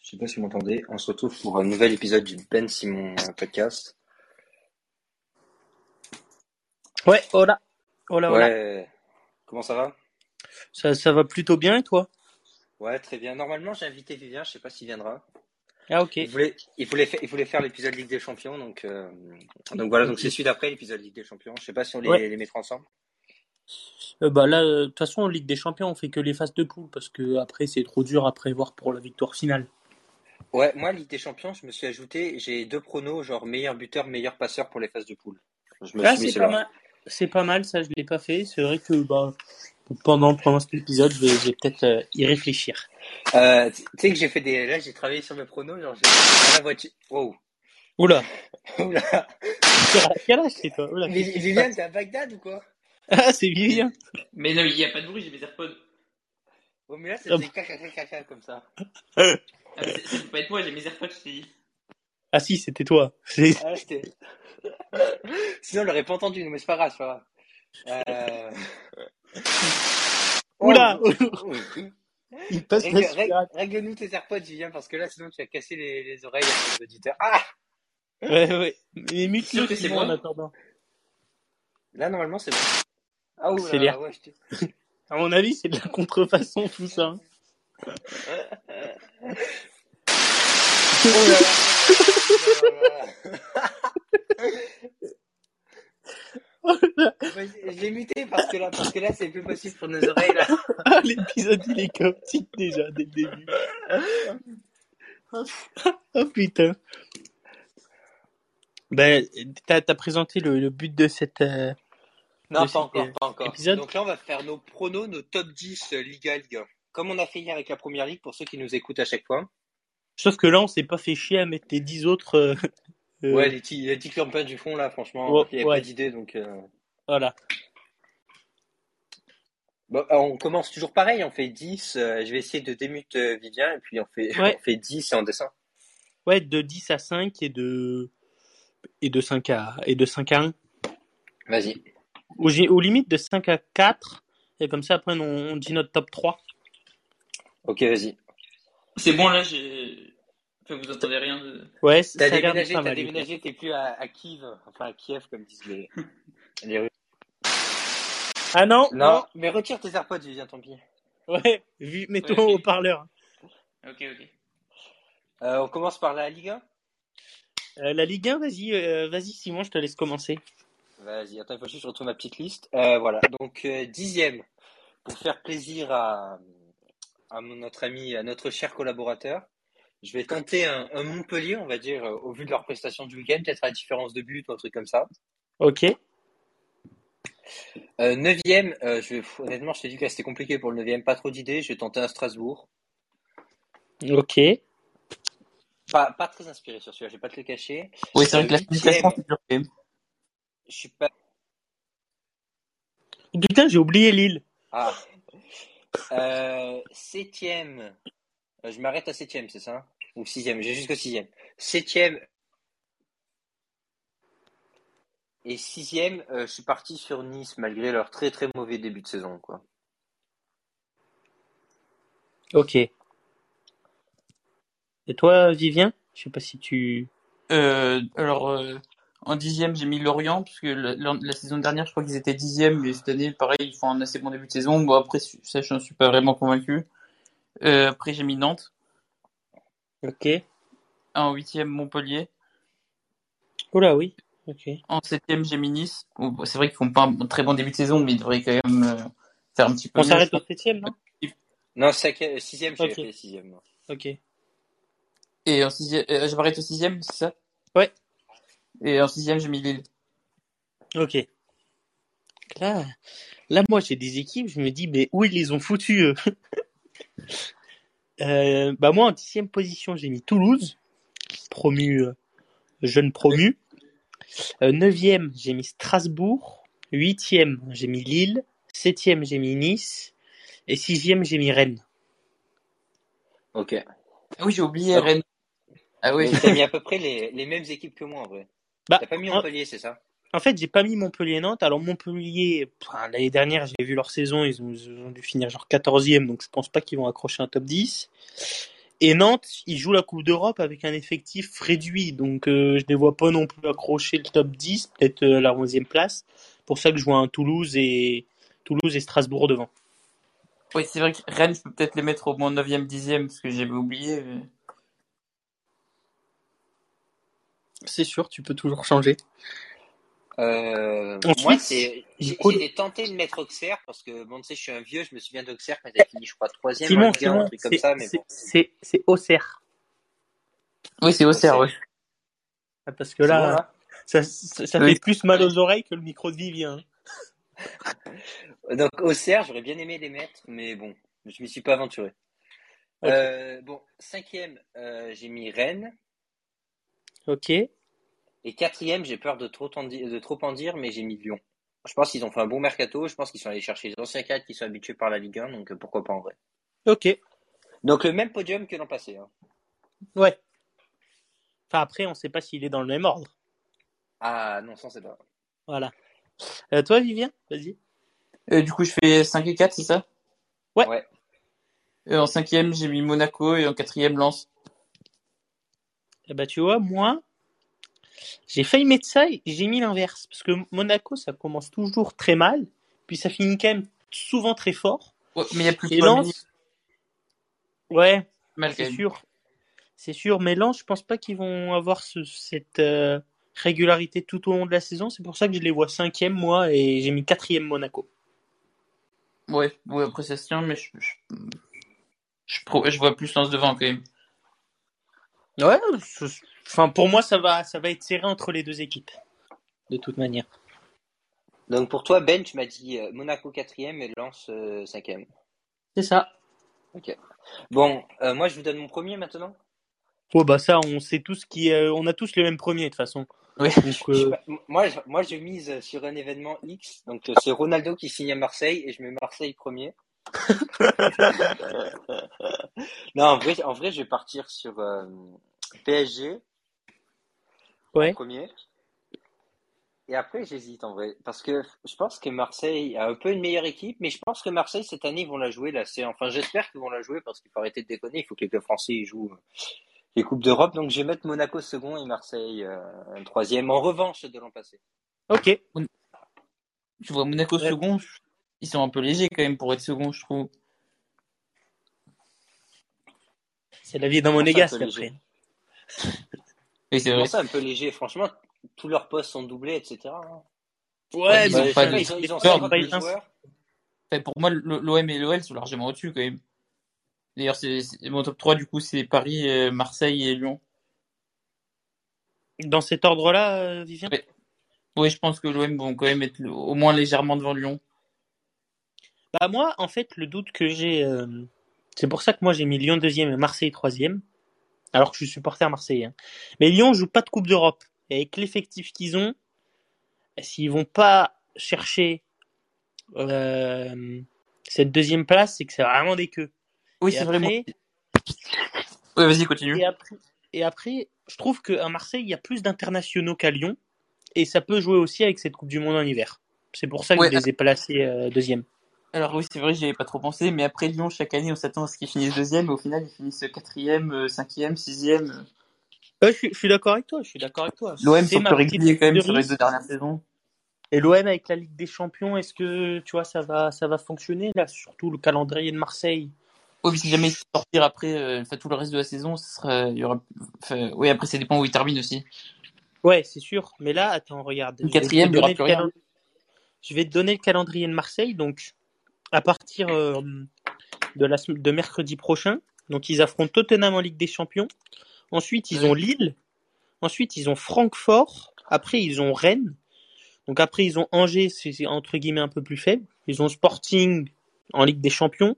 Je sais pas si vous m'entendez. On se retrouve pour un nouvel épisode du Ben Simon Podcast. Ouais, hola. Ben, Hola, hola. Ouais. Comment ça va Ça, ça va plutôt bien et toi Ouais, très bien. Normalement, j'ai invité Vivien. Je sais pas s'il viendra. Ah, ok. Il voulait, il voulait, fa- il voulait faire l'épisode Ligue des Champions. Donc, euh, donc voilà. Donc c'est celui d'après l'épisode Ligue des Champions. Je sais pas si on les, Ouais. les mettra ensemble. Euh, bah là, euh, de toute façon, en Ligue des Champions, on fait que les phases de poule parce que après, c'est trop dur à prévoir pour la victoire finale. Ouais, moi, Ligue des Champions, je me suis ajouté. J'ai deux pronos, genre meilleur buteur, meilleur passeur pour les phases de poule. Je me Ah, suis mis c'est pas cela. mal. C'est pas mal, ça, je l'ai pas fait. C'est vrai que bah, pendant, pendant cet épisode, je vais, je vais peut-être euh, y réfléchir. Euh, tu tu sais que j'ai fait des. Là, j'ai travaillé sur mes pronos. Genre, j'ai dans la voiture. Wow. Oula, Oula. quel âge c'est toi Oula. Mais Viviane, t'es à Bagdad ou quoi Ah, c'est Vivien. Mais non, il n'y a pas de bruit, j'ai mes AirPods. Oh, mais là, ça Ah faisait caca, caca, caca, comme ça. Ah, mais c'est- ça peut pas être moi, j'ai mes AirPods, je t'ai dit. Ah si, c'était toi. C'est- Ah, c'était. Sinon, on l'aurait pas entendu, mais c'est pas grave, c'est pas grave. Euh... Oula Oh. Il passe Règle- la règle- suite. Règle-nous tes AirPods, Julien, parce que là, sinon, tu vas casser les, les oreilles à tes auditeurs. Ah Ouais, ouais. Mais mute-le, Sûr que c'est sinon, en moi attendant. Là, normalement, c'est bon. Ah, oula, C'est l'air. ouais, je t'ai- À mon avis, c'est de la contrefaçon, tout ça. hein. Oh là là, oh là là, oh là là. Vas-y, Je l'ai muté parce que là, parce que là, c'est plus possible pour nos oreilles, là. Ah, l'épisode il est chaotique déjà dès le début. oh putain. Ben, t'as as présenté le, le but de cette. euh, Non, pas de cet, encore, euh, pas encore. épisode. Donc là, on va faire nos pronos, nos top 10 euh, Liga Ligue 1. Comme on a fait hier avec la Première Ligue, pour ceux qui nous écoutent à chaque fois. Sauf que là, on s'est pas fait chier à mettre les 10 autres. euh, euh, Ouais, les petits, les petits clampins du fond, là, franchement, Ouais, il n'y a ouais. pas d'idée, donc... euh, Voilà. Bon, alors, on commence toujours pareil, on fait 10, euh, je vais essayer de démute euh, Vivien, et puis on fait, Ouais. on fait 10 et on descend. Ouais, de 10 à 5 et de. Et de 5 à, et de 5 à 1. Vas-y. Au, gi- aux limites de 5 à 4. Et comme ça, après, on, on dit notre top 3. Ok, vas-y. C'est bon, là, j'ai. Enfin, vous entendez rien de. Ouais, c- ça T'as a l'air déménagé, d'être pas t'as mal. déménagé, t'es plus à, à Kiev, enfin à Kiev, comme disent les, les Russes. Ah non, Non, mais retire tes AirPods, Vivien, tant pis. Ouais, vu- mettons Ouais, au ok. haut-parleur. Ok, ok. Euh, on commence par la Ligue 1 Euh, la Ligue 1, vas-y, euh, vas-y Simon, je te laisse commencer. Vas-y, attends, il faut juste que je retrouve ma petite liste. Euh, voilà, donc euh, dixième, pour faire plaisir à, à mon- notre ami, à notre cher collaborateur, je vais tenter un, un Montpellier, on va dire, euh, au vu de leur prestation du week-end, peut-être à la différence de but ou un truc comme ça. Ok. Euh, neuvième, euh, je, pff, honnêtement, je t'ai dit que là, c'était compliqué pour le neuvième, pas trop d'idées, je vais tenter un Strasbourg. Ok. Oui, Pas, pas très inspiré sur celui-là, je vais pas te le cacher. Oui, c'est vrai que la communication, c'est dur quand même. Je suis pas... Putain, j'ai oublié Lille. Ah. Euh, septième, Euh, je m'arrête à septième, c'est ça? Ou sixième, j'ai jusqu'au sixième. Septième et sixième, euh, je suis parti sur Nice malgré leur très très mauvais début de saison, quoi. Ok. Et toi, Vivien Je sais pas si tu. Euh, alors, euh, en dixième, j'ai mis Lorient, parce que la, la- la saison dernière, je crois qu'ils étaient dixième, mais cette année, pareil, ils font un assez bon début de saison. Bon, après, su- ça, je ne suis pas vraiment convaincu. Euh, après, j'ai mis Nantes. Ok. En huitième, Montpellier. Oula, oui. Ok. En septième, j'ai mis Nice. Bon, bon, C'est vrai qu'ils font pas un bon- très bon début de saison, mais ils devraient quand même euh, faire un petit peu On mieux, je s'arrête au pense. septième, non Non, cinquième, euh, sixième, j'ai Ok. fait sixième. Ok. Et en sixième, euh, je m'arrête au sixième, c'est ça Ouais. Et en sixième, j'ai mis Lille. Ok. Là, là moi, j'ai des équipes, je me dis, mais où ils les ont foutus eux Euh, Bah, moi, en dixième position, j'ai mis Toulouse, promu, euh, jeune promu. Euh, neuvième, j'ai mis Strasbourg. Huitième, j'ai mis Lille. Septième, j'ai mis Nice. Et sixième, j'ai mis Rennes. Ok. Ah oui, j'ai oublié Ah. Rennes. Ah oui, Donc t'as mis à peu près les, les mêmes équipes que moi en vrai. Bah, T'as pas mis en- Montpellier, c'est ça? En fait, j'ai pas mis Montpellier-Nantes. Alors, Montpellier, enfin, l'année dernière, j'ai vu leur saison. Ils ont, ils ont dû finir genre 14e, donc je pense pas qu'ils vont accrocher un top 10. Et Nantes, ils jouent la Coupe d'Europe avec un effectif réduit, donc euh, je ne les vois pas non plus accrocher le top 10, peut-être euh, la 11e place. Pour ça que je vois un Toulouse et Toulouse et Strasbourg devant. Oui, c'est vrai que Rennes, je peux peut-être les mettre au moins 9e, 10e, parce que j'avais oublié. mais- C'est sûr, tu peux toujours changer. Euh, Ensuite, moi, c'est, j'ai- Paul. j'étais tenté de mettre Auxerre parce que, bon, tu sais, je suis un vieux, je me souviens d'Auxerre quand elle a fini, je crois, troisième en Simon, Ligue 1, un Simon, truc comme c'est- ça, mais c'est- bon. c'est c'est Auxerre. Oui, c'est Auxerre, oui. Ah, Parce que C'est là, bon, là? ça, ça- ça Oui. fait plus mal aux oreilles que le micro de Vivien. hein. Donc, Auxerre, j'aurais bien aimé les mettre, mais bon, je m'y suis pas aventuré. Ok. Euh, bon, cinquième, euh, j'ai mis Rennes. Ok. Et quatrième, j'ai peur de trop, en dire, de trop en dire, mais j'ai mis Lyon. Je pense qu'ils ont fait un bon mercato. Je pense qu'ils sont allés chercher les anciens cadres qui sont habitués par la Ligue 1, donc euh, pourquoi pas en vrai. Ok. Donc le même podium que l'an passé. hein. Ouais. Enfin, après, on ne sait pas s'il est dans le même ordre. Ah non, ça c'est pas. Voilà. Euh, toi, Vivien, vas-y. Euh, du coup, je fais 5 et 4, c'est ça Ouais. Ouais. Euh, En cinquième, j'ai mis Monaco et en quatrième, Lens. Eh ben, tu vois, moi, j'ai failli mettre ça et j'ai mis l'inverse. Parce que Monaco, ça commence toujours très mal, puis ça finit quand même souvent très fort. Ouais, mais il y a plus Et que Lens, ouais, mal quand c'est même. sûr. C'est sûr, mais Lens, je pense pas qu'ils vont avoir ce- cette euh, régularité tout au long de la saison. C'est pour ça que je les vois cinquième, moi, et j'ai mis quatrième Monaco. Ouais, ouais, après ça se tient, mais je, je, je pro- je vois plus Lens devant quand même. Ouais, c'est- enfin, pour moi, ça va, ça va être serré entre les deux équipes, de toute manière. Donc pour toi, Ben, tu m'as dit euh, Monaco quatrième et Lens euh, cinquième. C'est ça. Bon, euh, moi je vous donne mon premier maintenant. Ouais, bah ça, on sait tous qui, euh, on a tous les mêmes premiers de toute façon. Oui. Donc, Je sais euh, pas, m- moi, je, moi je mise sur un événement X. Donc euh, c'est Ronaldo qui signe à Marseille et je mets Marseille premier. non, en vrai, en vrai, je vais partir sur euh, PSG. ouais. premier. Et après, j'hésite en vrai. Parce que je pense que Marseille a un peu une meilleure équipe, mais je pense que Marseille, cette année, ils vont la jouer. Là, c'est... Enfin, j'espère qu'ils vont la jouer parce qu'il faut arrêter de déconner. Il faut que les clubs français ils jouent euh, les Coupes d'Europe. Donc, je vais mettre Monaco second et Marseille euh, un troisième. En revanche de l'an passé. Ok. Tu vois, Monaco Ouais. second, je- ils sont un peu légers quand même pour être second, je trouve. C'est la vie d'un Comment ça, un peu monégasque léger après. Et c'est Comment vrai. ça, un peu léger Franchement, tous leurs postes sont doublés, etc. hein. Ouais, Ouais, ils mais ont Bah, je pas sais de- pas, ils ont, ils ont ils ont 50 pas 000 une joueurs. Enfin, pour moi, le- l'OM et l'OL sont largement au-dessus quand même. D'ailleurs, c'est c'est- mon top 3 du coup, c'est Paris, euh, Marseille et Lyon. Dans cet ordre-là, euh, Vivien. Ouais. Oui, je pense que l'OM vont quand même être le- au moins légèrement devant Lyon. Bah moi, en fait, le doute que j'ai, euh, c'est pour ça que moi j'ai mis Lyon deuxième et Marseille troisième, alors que je suis supporter marseillais. hein. Mais Lyon joue pas de Coupe d'Europe et avec l'effectif qu'ils ont, s'ils vont pas chercher euh, cette deuxième place, c'est que c'est vraiment des queues. Oui, Et c'est vraiment. après, Ouais, vas-y, continue. et après, et après, je trouve qu'à Marseille il y a plus d'internationaux qu'à Lyon et ça peut jouer aussi avec cette Coupe du Monde en hiver. C'est pour ça que Ouais, je les ai placés euh, deuxième. Alors oui, c'est vrai, j'y avais pas trop pensé, mais après Lyon, chaque année, on s'attend à ce qu'ils finissent deuxième, mais au final, ils finissent quatrième, euh, cinquième, sixième. Ouais, Euh, je, suis- je suis d'accord avec toi, je suis d'accord avec toi. L'OM C'est sont ma plus petite réguliers quand même sur les théorie. deux dernières saisons. Et l'OM avec la Ligue des Champions, est-ce que tu vois ça va ça va fonctionner là, surtout le calendrier de Marseille. Oui, mais si jamais ils sortir après, euh, enfin, tout le reste de la saison, ce sera, il y aura, enfin, oui, après, ça dépend où ils terminent aussi. Ouais, c'est sûr. Mais là, attends, regarde, Une je vais te quatrième, il y aura donner le plus rien. calendrier. Je vais te donner le calendrier de Marseille. Donc à partir euh, de la sem- de mercredi prochain, donc ils affrontent Tottenham en Ligue des Champions. Ensuite ils Ouais. ont Lille. Ensuite ils ont Francfort. Après ils ont Rennes. Donc après ils ont Angers, c'est c'est entre guillemets un peu plus faible. Ils ont Sporting en Ligue des Champions.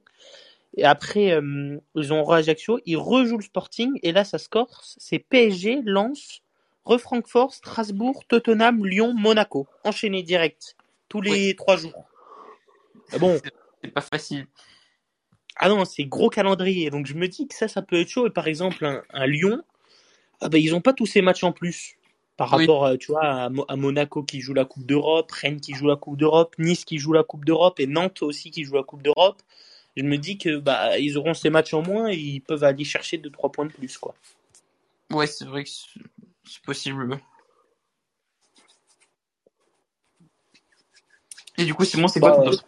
Et après, euh, ils ont re- Ajaccio, ils rejouent le Sporting, et là, ça se corse. C'est PSG, Lens, Refrancfort, Strasbourg, Tottenham, Lyon, Monaco. Enchaîné direct, tous les trois jours. Ah bon C'est pas facile. Ah non, c'est gros calendrier, donc je me dis que ça, ça peut être chaud. Et par exemple, un, un Lyon, ah ben, ils ont pas tous ces matchs en plus. Par Oui. rapport, euh, tu vois, à, Mo- à Monaco qui joue la Coupe d'Europe, Rennes qui joue la Coupe d'Europe, Nice qui joue la Coupe d'Europe, et Nantes aussi qui joue la Coupe d'Europe. je me dis que bah ils auront ces matchs en moins et ils peuvent aller chercher 2-3 points de plus quoi. Ouais, c'est vrai que c'est c'est possible. Et du coup, Simon, c'est quoi Bah, ton euh, top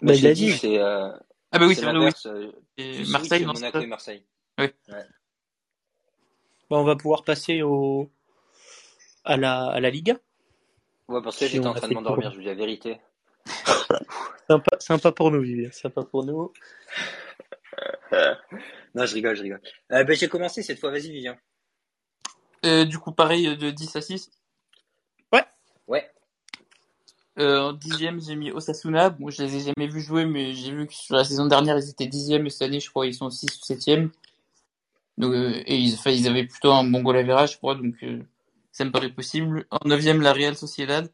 Moi, Bah, je il a l'ai dit, dit. c'est euh, Ah bah oui, c'est c'est vrai, oui. l'inverse. euh, Et Suisse, Marseille, non, c'est Monaco pas- et Marseille. Bah, on va pouvoir passer au à la à la Liga. Ouais, parce que Si, j'étais on en a train de fait le m'endormir, tour. je vous dis la vérité. Sympa, sympa pour nous, Vivien. Sympa pour nous. Non, je rigole, je rigole. Euh, ben, j'ai commencé cette fois, vas-y, Vivien. Euh, du coup, pareil, euh, de 10 à 6. Ouais, Euh, en dixième, j'ai mis Osasuna. Bon, je les ai jamais vus jouer, mais j'ai vu que sur la saison dernière, ils étaient dixième et cette année, je crois, ils sont 6 ou 7e. Donc, euh, et ils, enfin, ils avaient plutôt un bon goal à verrage, je crois, donc euh, ça me paraît possible. En neuvième, la Real Sociedad.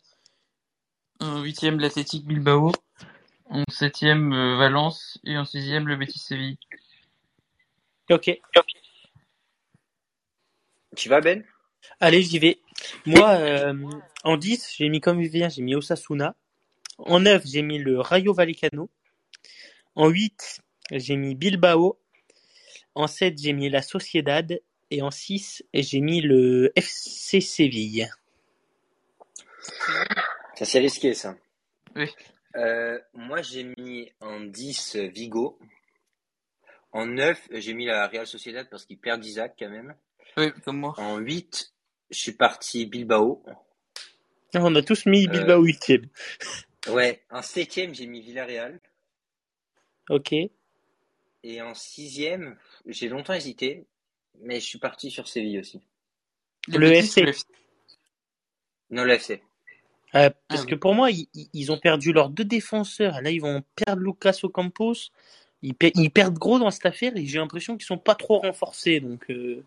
En huitième, l'Athletic Bilbao. En septième, euh, Valence. Et en sixième, le Betis Séville. Ok. tu vas, Ben Allez, j'y vais. Moi, euh, en 10, j'ai mis comme Vivien, j'ai mis Osasuna. En 9, j'ai mis le Rayo Vallecano. En 8, j'ai mis Bilbao. En 7, j'ai mis la Sociedad. Et en 6, j'ai mis le FC Séville. Ça, c'est risqué, ça. Oui. Euh, moi, j'ai mis en 10 euh, Vigo. En 9, j'ai mis la Real Sociedad parce qu'ils perdent Isaac quand même. Oui, comme moi. En 8, je suis parti Bilbao. On a tous mis Bilbao 8e. Ouais, en 7 j'ai mis Villarreal. Ok. Et en 6 j'ai longtemps hésité, mais je suis parti sur Séville aussi. Le Betis FC. ou le FC? Non, l'FC. Euh, Ah parce oui. que pour moi, ils, ils- ils ont perdu leurs deux défenseurs. Là, ils vont perdre Lucas Ocampos. Ils, pe- ils perdent gros dans cette affaire et j'ai l'impression qu'ils sont pas trop renforcés. Donc, euh,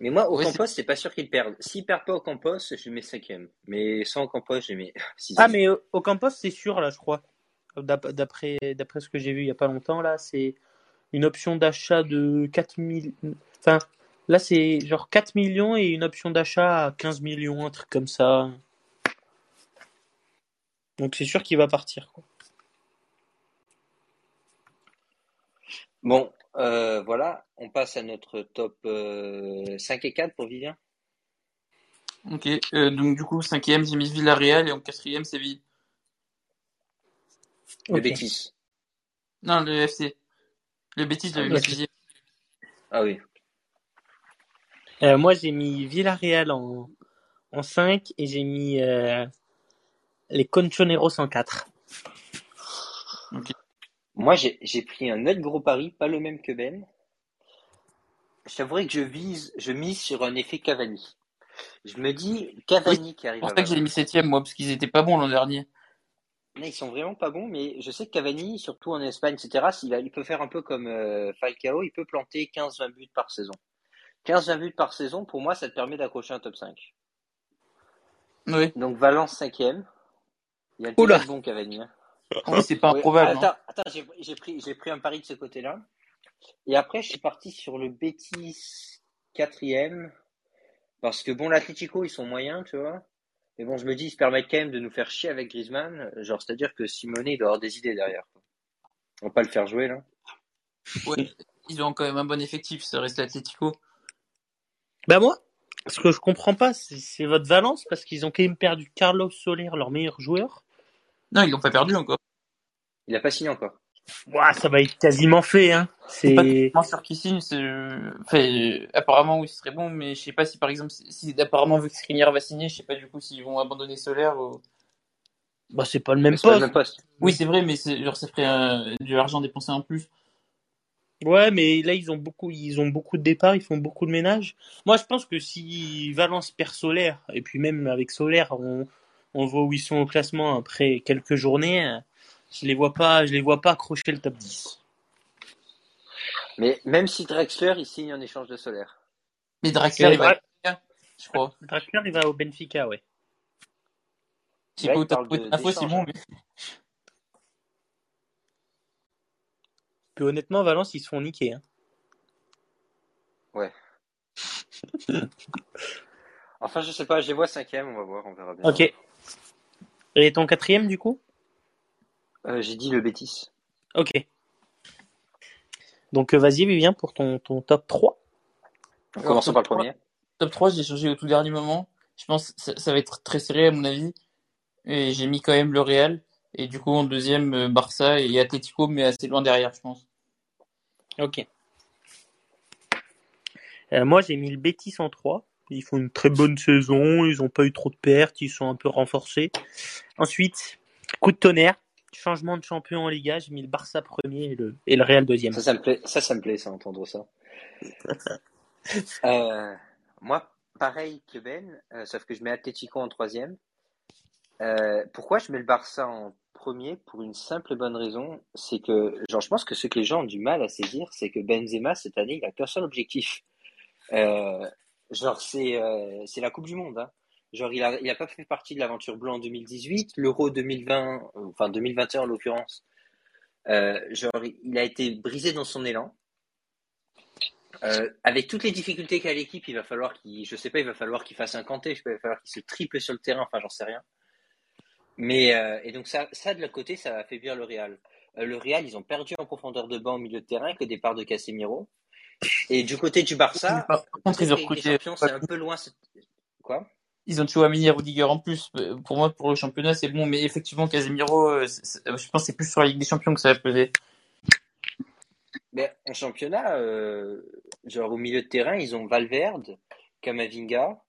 Mais moi, Ouais, Ocampos, c'est pas sûr qu'ils perdent. S'ils perdent pas Ocampos, je mets 5 Mais sans Ocampos, je mets 6 Ah, mais euh, Ocampos, c'est sûr, là, je crois. D'ap- D'après d'après ce que j'ai vu il n'y a pas longtemps, là, c'est une option d'achat de 4 000. Enfin, là, c'est genre 4 millions et une option d'achat à 15 millions, un truc comme ça. Donc, c'est sûr qu'il va partir. Quoi. Bon, euh, voilà, on passe à notre top euh, 5 et 4 pour Vivien. Ok. Euh, donc, du coup, cinquième, j'ai mis Villarreal. Et en quatrième, Séville. Le Ok. Bétis. Non, le FC. Le Betis, j'avais mis Ok. sixième. Ah oui. Euh, moi, j'ai mis Villarreal en, en 5 et j'ai mis euh, les Conchoneros en 4. Ok. Moi, j'ai j'ai pris un autre gros pari, pas le même que Ben. Je t'avouerai que je vise, je mise sur un effet Cavani. Je me dis, Cavani qui C'est arrive pour à ça que j'ai Valence. mis septième, moi, parce qu'ils étaient pas bons l'an dernier. Là, ils sont vraiment pas bons, mais je sais que Cavani, surtout en Espagne, etc., s'il a- il peut faire un peu comme euh, Falcao, il peut planter 15-20 buts par saison. 15-20 buts par saison, pour moi, ça te permet d'accrocher un top 5. Oui. Donc Valence 5ème. Il a le Oula. être bon Cavani. hein. Oui, c'est pas Oui, improbable. hein. attends, Ah, attends j'ai j'ai pris, j'ai pris un pari de ce côté-là. Et après, je suis parti sur le Betis 4ème. Parce que bon, l'Atlético, ils sont moyens, tu vois. Mais bon, je me dis, ils se permettent quand même de nous faire chier avec Griezmann. Genre, c'est-à-dire que Simone, il doit avoir des idées derrière. quoi. On va pas le faire jouer, là. Ouais. hein. Ils ont quand même un bon effectif, ça reste l'Atletico. Bah, moi, ce que je comprends pas, c'est c'est votre Valence parce qu'ils ont quand même perdu Carlos Soler, leur meilleur joueur. Non, ils l'ont pas perdu encore. Il a pas signé encore. Ouah, ça va être quasiment fait, hein. Je sais pas C'est. comment sur qui signe. c'est, euh, Enfin, euh, apparemment, oui, ce serait bon, mais je sais pas si, par exemple, si, si- apparemment, vu que Skriniar va signer, je sais pas du coup s'ils vont abandonner Solaire. Ou... Mm. Bah, c'est pas le même C'est pas le poste. même poste. Oui, c'est vrai, mais c'est- genre, ça ferait euh, de l'argent dépensé en plus. Ouais, mais là, ils ont beaucoup, ils ont beaucoup de départs, ils font beaucoup de ménage. Moi, je pense que si Valence perd Solaire, et puis même avec Solaire, on, on voit où ils sont au classement après quelques journées, euh, je les vois pas, je les vois pas accrocher le top 10. Mais même si Drexler, il signe en échange de Solaire. Mais Draxler, Euh, il va Dra- être bien, je crois. Draxler, il va au Benfica, ouais. Je sais Là, pas où il t'as parle trouvé de- ton info, d'échange. Simon, hein. mais Puis honnêtement, Valence, ils se font niquer, hein. Ouais. Enfin, je sais pas, je les vois cinquième, on va voir, on verra bien. Ok. Et ton quatrième, du coup? Euh, j'ai dit le Bétis. Ok. Donc euh, vas-y, Vivien, pour ton, ton top 3. Donc, Alors, Commençons top par le premier. Top 3, j'ai changé au tout dernier moment. Je pense que ça, ça va être très serré à mon avis. Et j'ai mis quand même le Real. Et du coup, en deuxième, euh, Barça et Atletico, mais assez loin derrière, je pense. Ok. Euh, moi, j'ai mis le Betis en 3. Ils font une très bonne saison, ils n'ont pas eu trop de pertes, ils sont un peu renforcés. Ensuite, coup de tonnerre, changement de champion en Liga, j'ai mis le Barça premier et le, et le Real deuxième. Ça, ça me plaît, ça, ça me plaît, ça, entendre ça. Euh, moi, pareil que Ben, euh, sauf que je mets Atletico en troisième. Euh, pourquoi je mets le Barça en premier Pour une simple et bonne raison, c'est que, genre, je pense que ce que les gens ont du mal à saisir, c'est que Benzema, cette année, il a qu'un seul objectif. Euh, genre, c'est euh, c'est la Coupe du Monde. hein. Genre, il a, il a pas fait partie de l'aventure blanc en 2018, l'Euro 2020, euh, enfin 2021 en l'occurrence. Euh, genre, il a été brisé dans son élan. Euh, avec toutes les difficultés qu'a l'équipe, il va falloir qu'il, je sais pas, il va falloir qu'il fasse un canté, je sais pas, il va falloir qu'il se triple sur le terrain, enfin j'en sais rien. Mais euh, et donc ça, ça de l'autre côté, ça va affaiblir le Real. Euh, le Real, ils ont perdu en profondeur de banc au milieu de terrain avec le départ de Casemiro. Et du côté du Barça, Par contre, ils ont avec les recruté. champions, c'est un peu loin. ce- Quoi Ils ont Chouamini et Rudiger en plus. Euh, Pour moi, pour le championnat, c'est bon. Mais effectivement, Casemiro, euh, c'est- c'est- je pense que c'est plus sur la Ligue des Champions que ça va peser. Mais en championnat, euh, genre au milieu de terrain, ils ont Valverde, Kamavinga,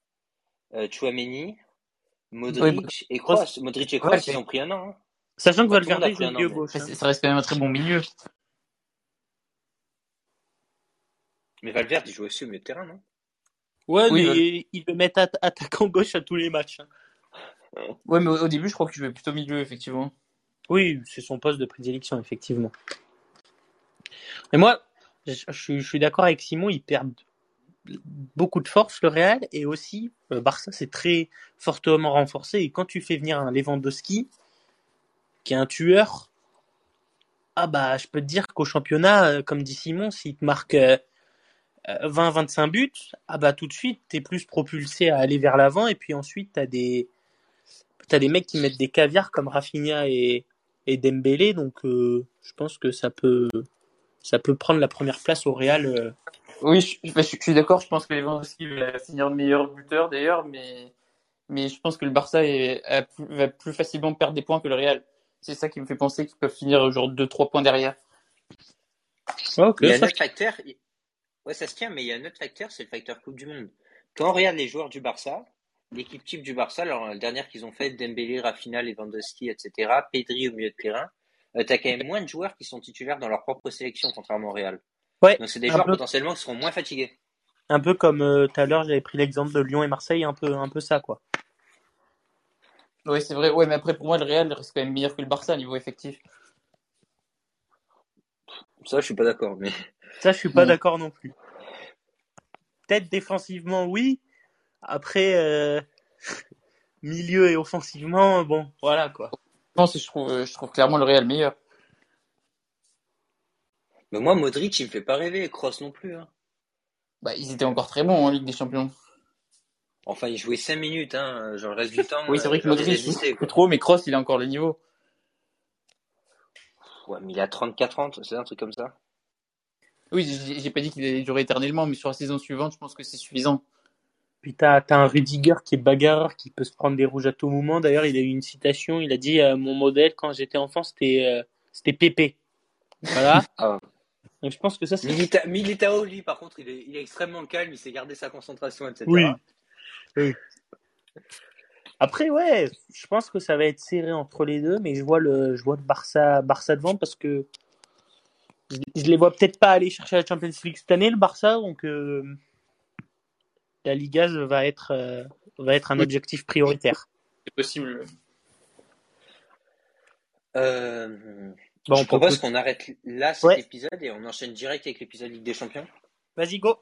euh, Chouameni, Modric et Kroos. Kroos. Modric et Kroos, Ouais, ils ont pris un an. hein. Sachant que Enfin, tout le monde a Valverde pris joue un an, milieu mais- gauche. Ça, hein. c'est- ça reste quand même un très bon milieu. Mais Valverde, il joue aussi au milieu de terrain, non Ouais, Oui, mais Valverde. ils- ils le mettent atta- attaquant gauche à tous les matchs. hein. Ouais, mais au, au début, je crois que je vais plutôt milieu, effectivement. Oui, c'est son poste de prédilection, effectivement. Mais moi, je, je suis- je suis d'accord avec Simon, ils perdent beaucoup de force, le Real, et aussi, le Barça, c'est très fortement renforcé. Et quand tu fais venir un Lewandowski, qui est un tueur, ah bah, je peux te dire qu'au championnat, euh, comme dit Simon, s'il te marque euh, euh, 20-25 buts, ah bah, tout de suite, t'es plus propulsé à aller vers l'avant, et puis ensuite, t'as des, t'as des mecs qui mettent des caviars comme Rafinha et, et Dembélé, donc euh, je pense que ça peut, ça peut prendre la première place au Real. euh, Oui, je, je- je suis- je suis d'accord. Je pense que Lewandowski va finir le meilleur buteur, d'ailleurs. Mais, mais je pense que le Barça est- a plus- va plus facilement perdre des points que le Real. C'est ça qui me fait penser qu'ils peuvent finir genre 2-3 points derrière. Ouais, ok, Il y a un ça, autre facteur. il- Ouais, ça se tient, mais il y a un autre facteur, c'est le facteur Coupe du Monde. Quand on regarde les joueurs du Barça, l'équipe type du Barça, alors, la dernière qu'ils ont faite, Dembélé, Rafinha, Lewandowski, etc., Pedri au milieu de terrain, euh, t'as quand même moins de joueurs qui sont titulaires dans leur propre sélection, contrairement au Real. Ouais, Donc c'est des un joueurs peu, potentiellement qui seront moins fatigués. un peu comme euh, tout à l'heure, j'avais pris l'exemple de Lyon et Marseille, un peu, un peu ça, quoi. Oui, c'est vrai. Ouais, mais après, pour moi, le Real reste quand même meilleur que le Barça à niveau effectif. Ça, je suis pas d'accord, mais. Ça, je suis pas Mm. d'accord non plus. Peut-être défensivement, oui. Après, euh, milieu et offensivement, bon, voilà, quoi. Je pense que je trouve, euh, je trouve clairement le Real meilleur. Mais moi, Modric, il me fait pas rêver, Kroos non plus. hein. Bah, ils étaient encore très bons en Ligue des Champions. Enfin, il jouait 5 minutes, hein. genre le reste du temps, Oui, c'est vrai euh, que genre, il Modric joue résistait, plus quoi. trop, mais Kroos, il a encore le niveau. Ouais, mais il a 34 ans, c'est un truc comme ça. Oui, j'ai j'ai pas dit qu'il allait durer éternellement, mais sur la saison suivante, je pense que c'est suffisant. Puis t'as, t'as un Rudiger qui est bagarreur, qui peut se prendre des rouges à tout moment. D'ailleurs, il a eu une citation, il a dit euh, Mon modèle quand j'étais enfant, c'était, euh, c'était Pépé. Voilà. Ah. Donc, je pense que ça, c'est. Milita- Militao, lui, par contre, il est, il est extrêmement calme, il sait garder sa concentration, etc. Oui, oui. Après, ouais, je pense que ça va être serré entre les deux, mais je vois le, je vois le Barça, Barça devant parce que je, je les vois peut-être pas aller chercher la Champions League cette année, le Barça, donc euh, la Liga ça va être, euh, va être un Oui, objectif prioritaire. c'est possible. Euh, Bon, je on propose propose. qu'on arrête là cet Ouais, épisode et on enchaîne direct avec l'épisode Ligue des Champions. vas-y, go.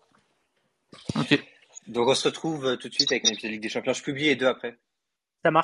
Ok. Donc on se retrouve euh, tout de suite avec un épisode Ligue des Champions. Je publie les deux après. Ça marche.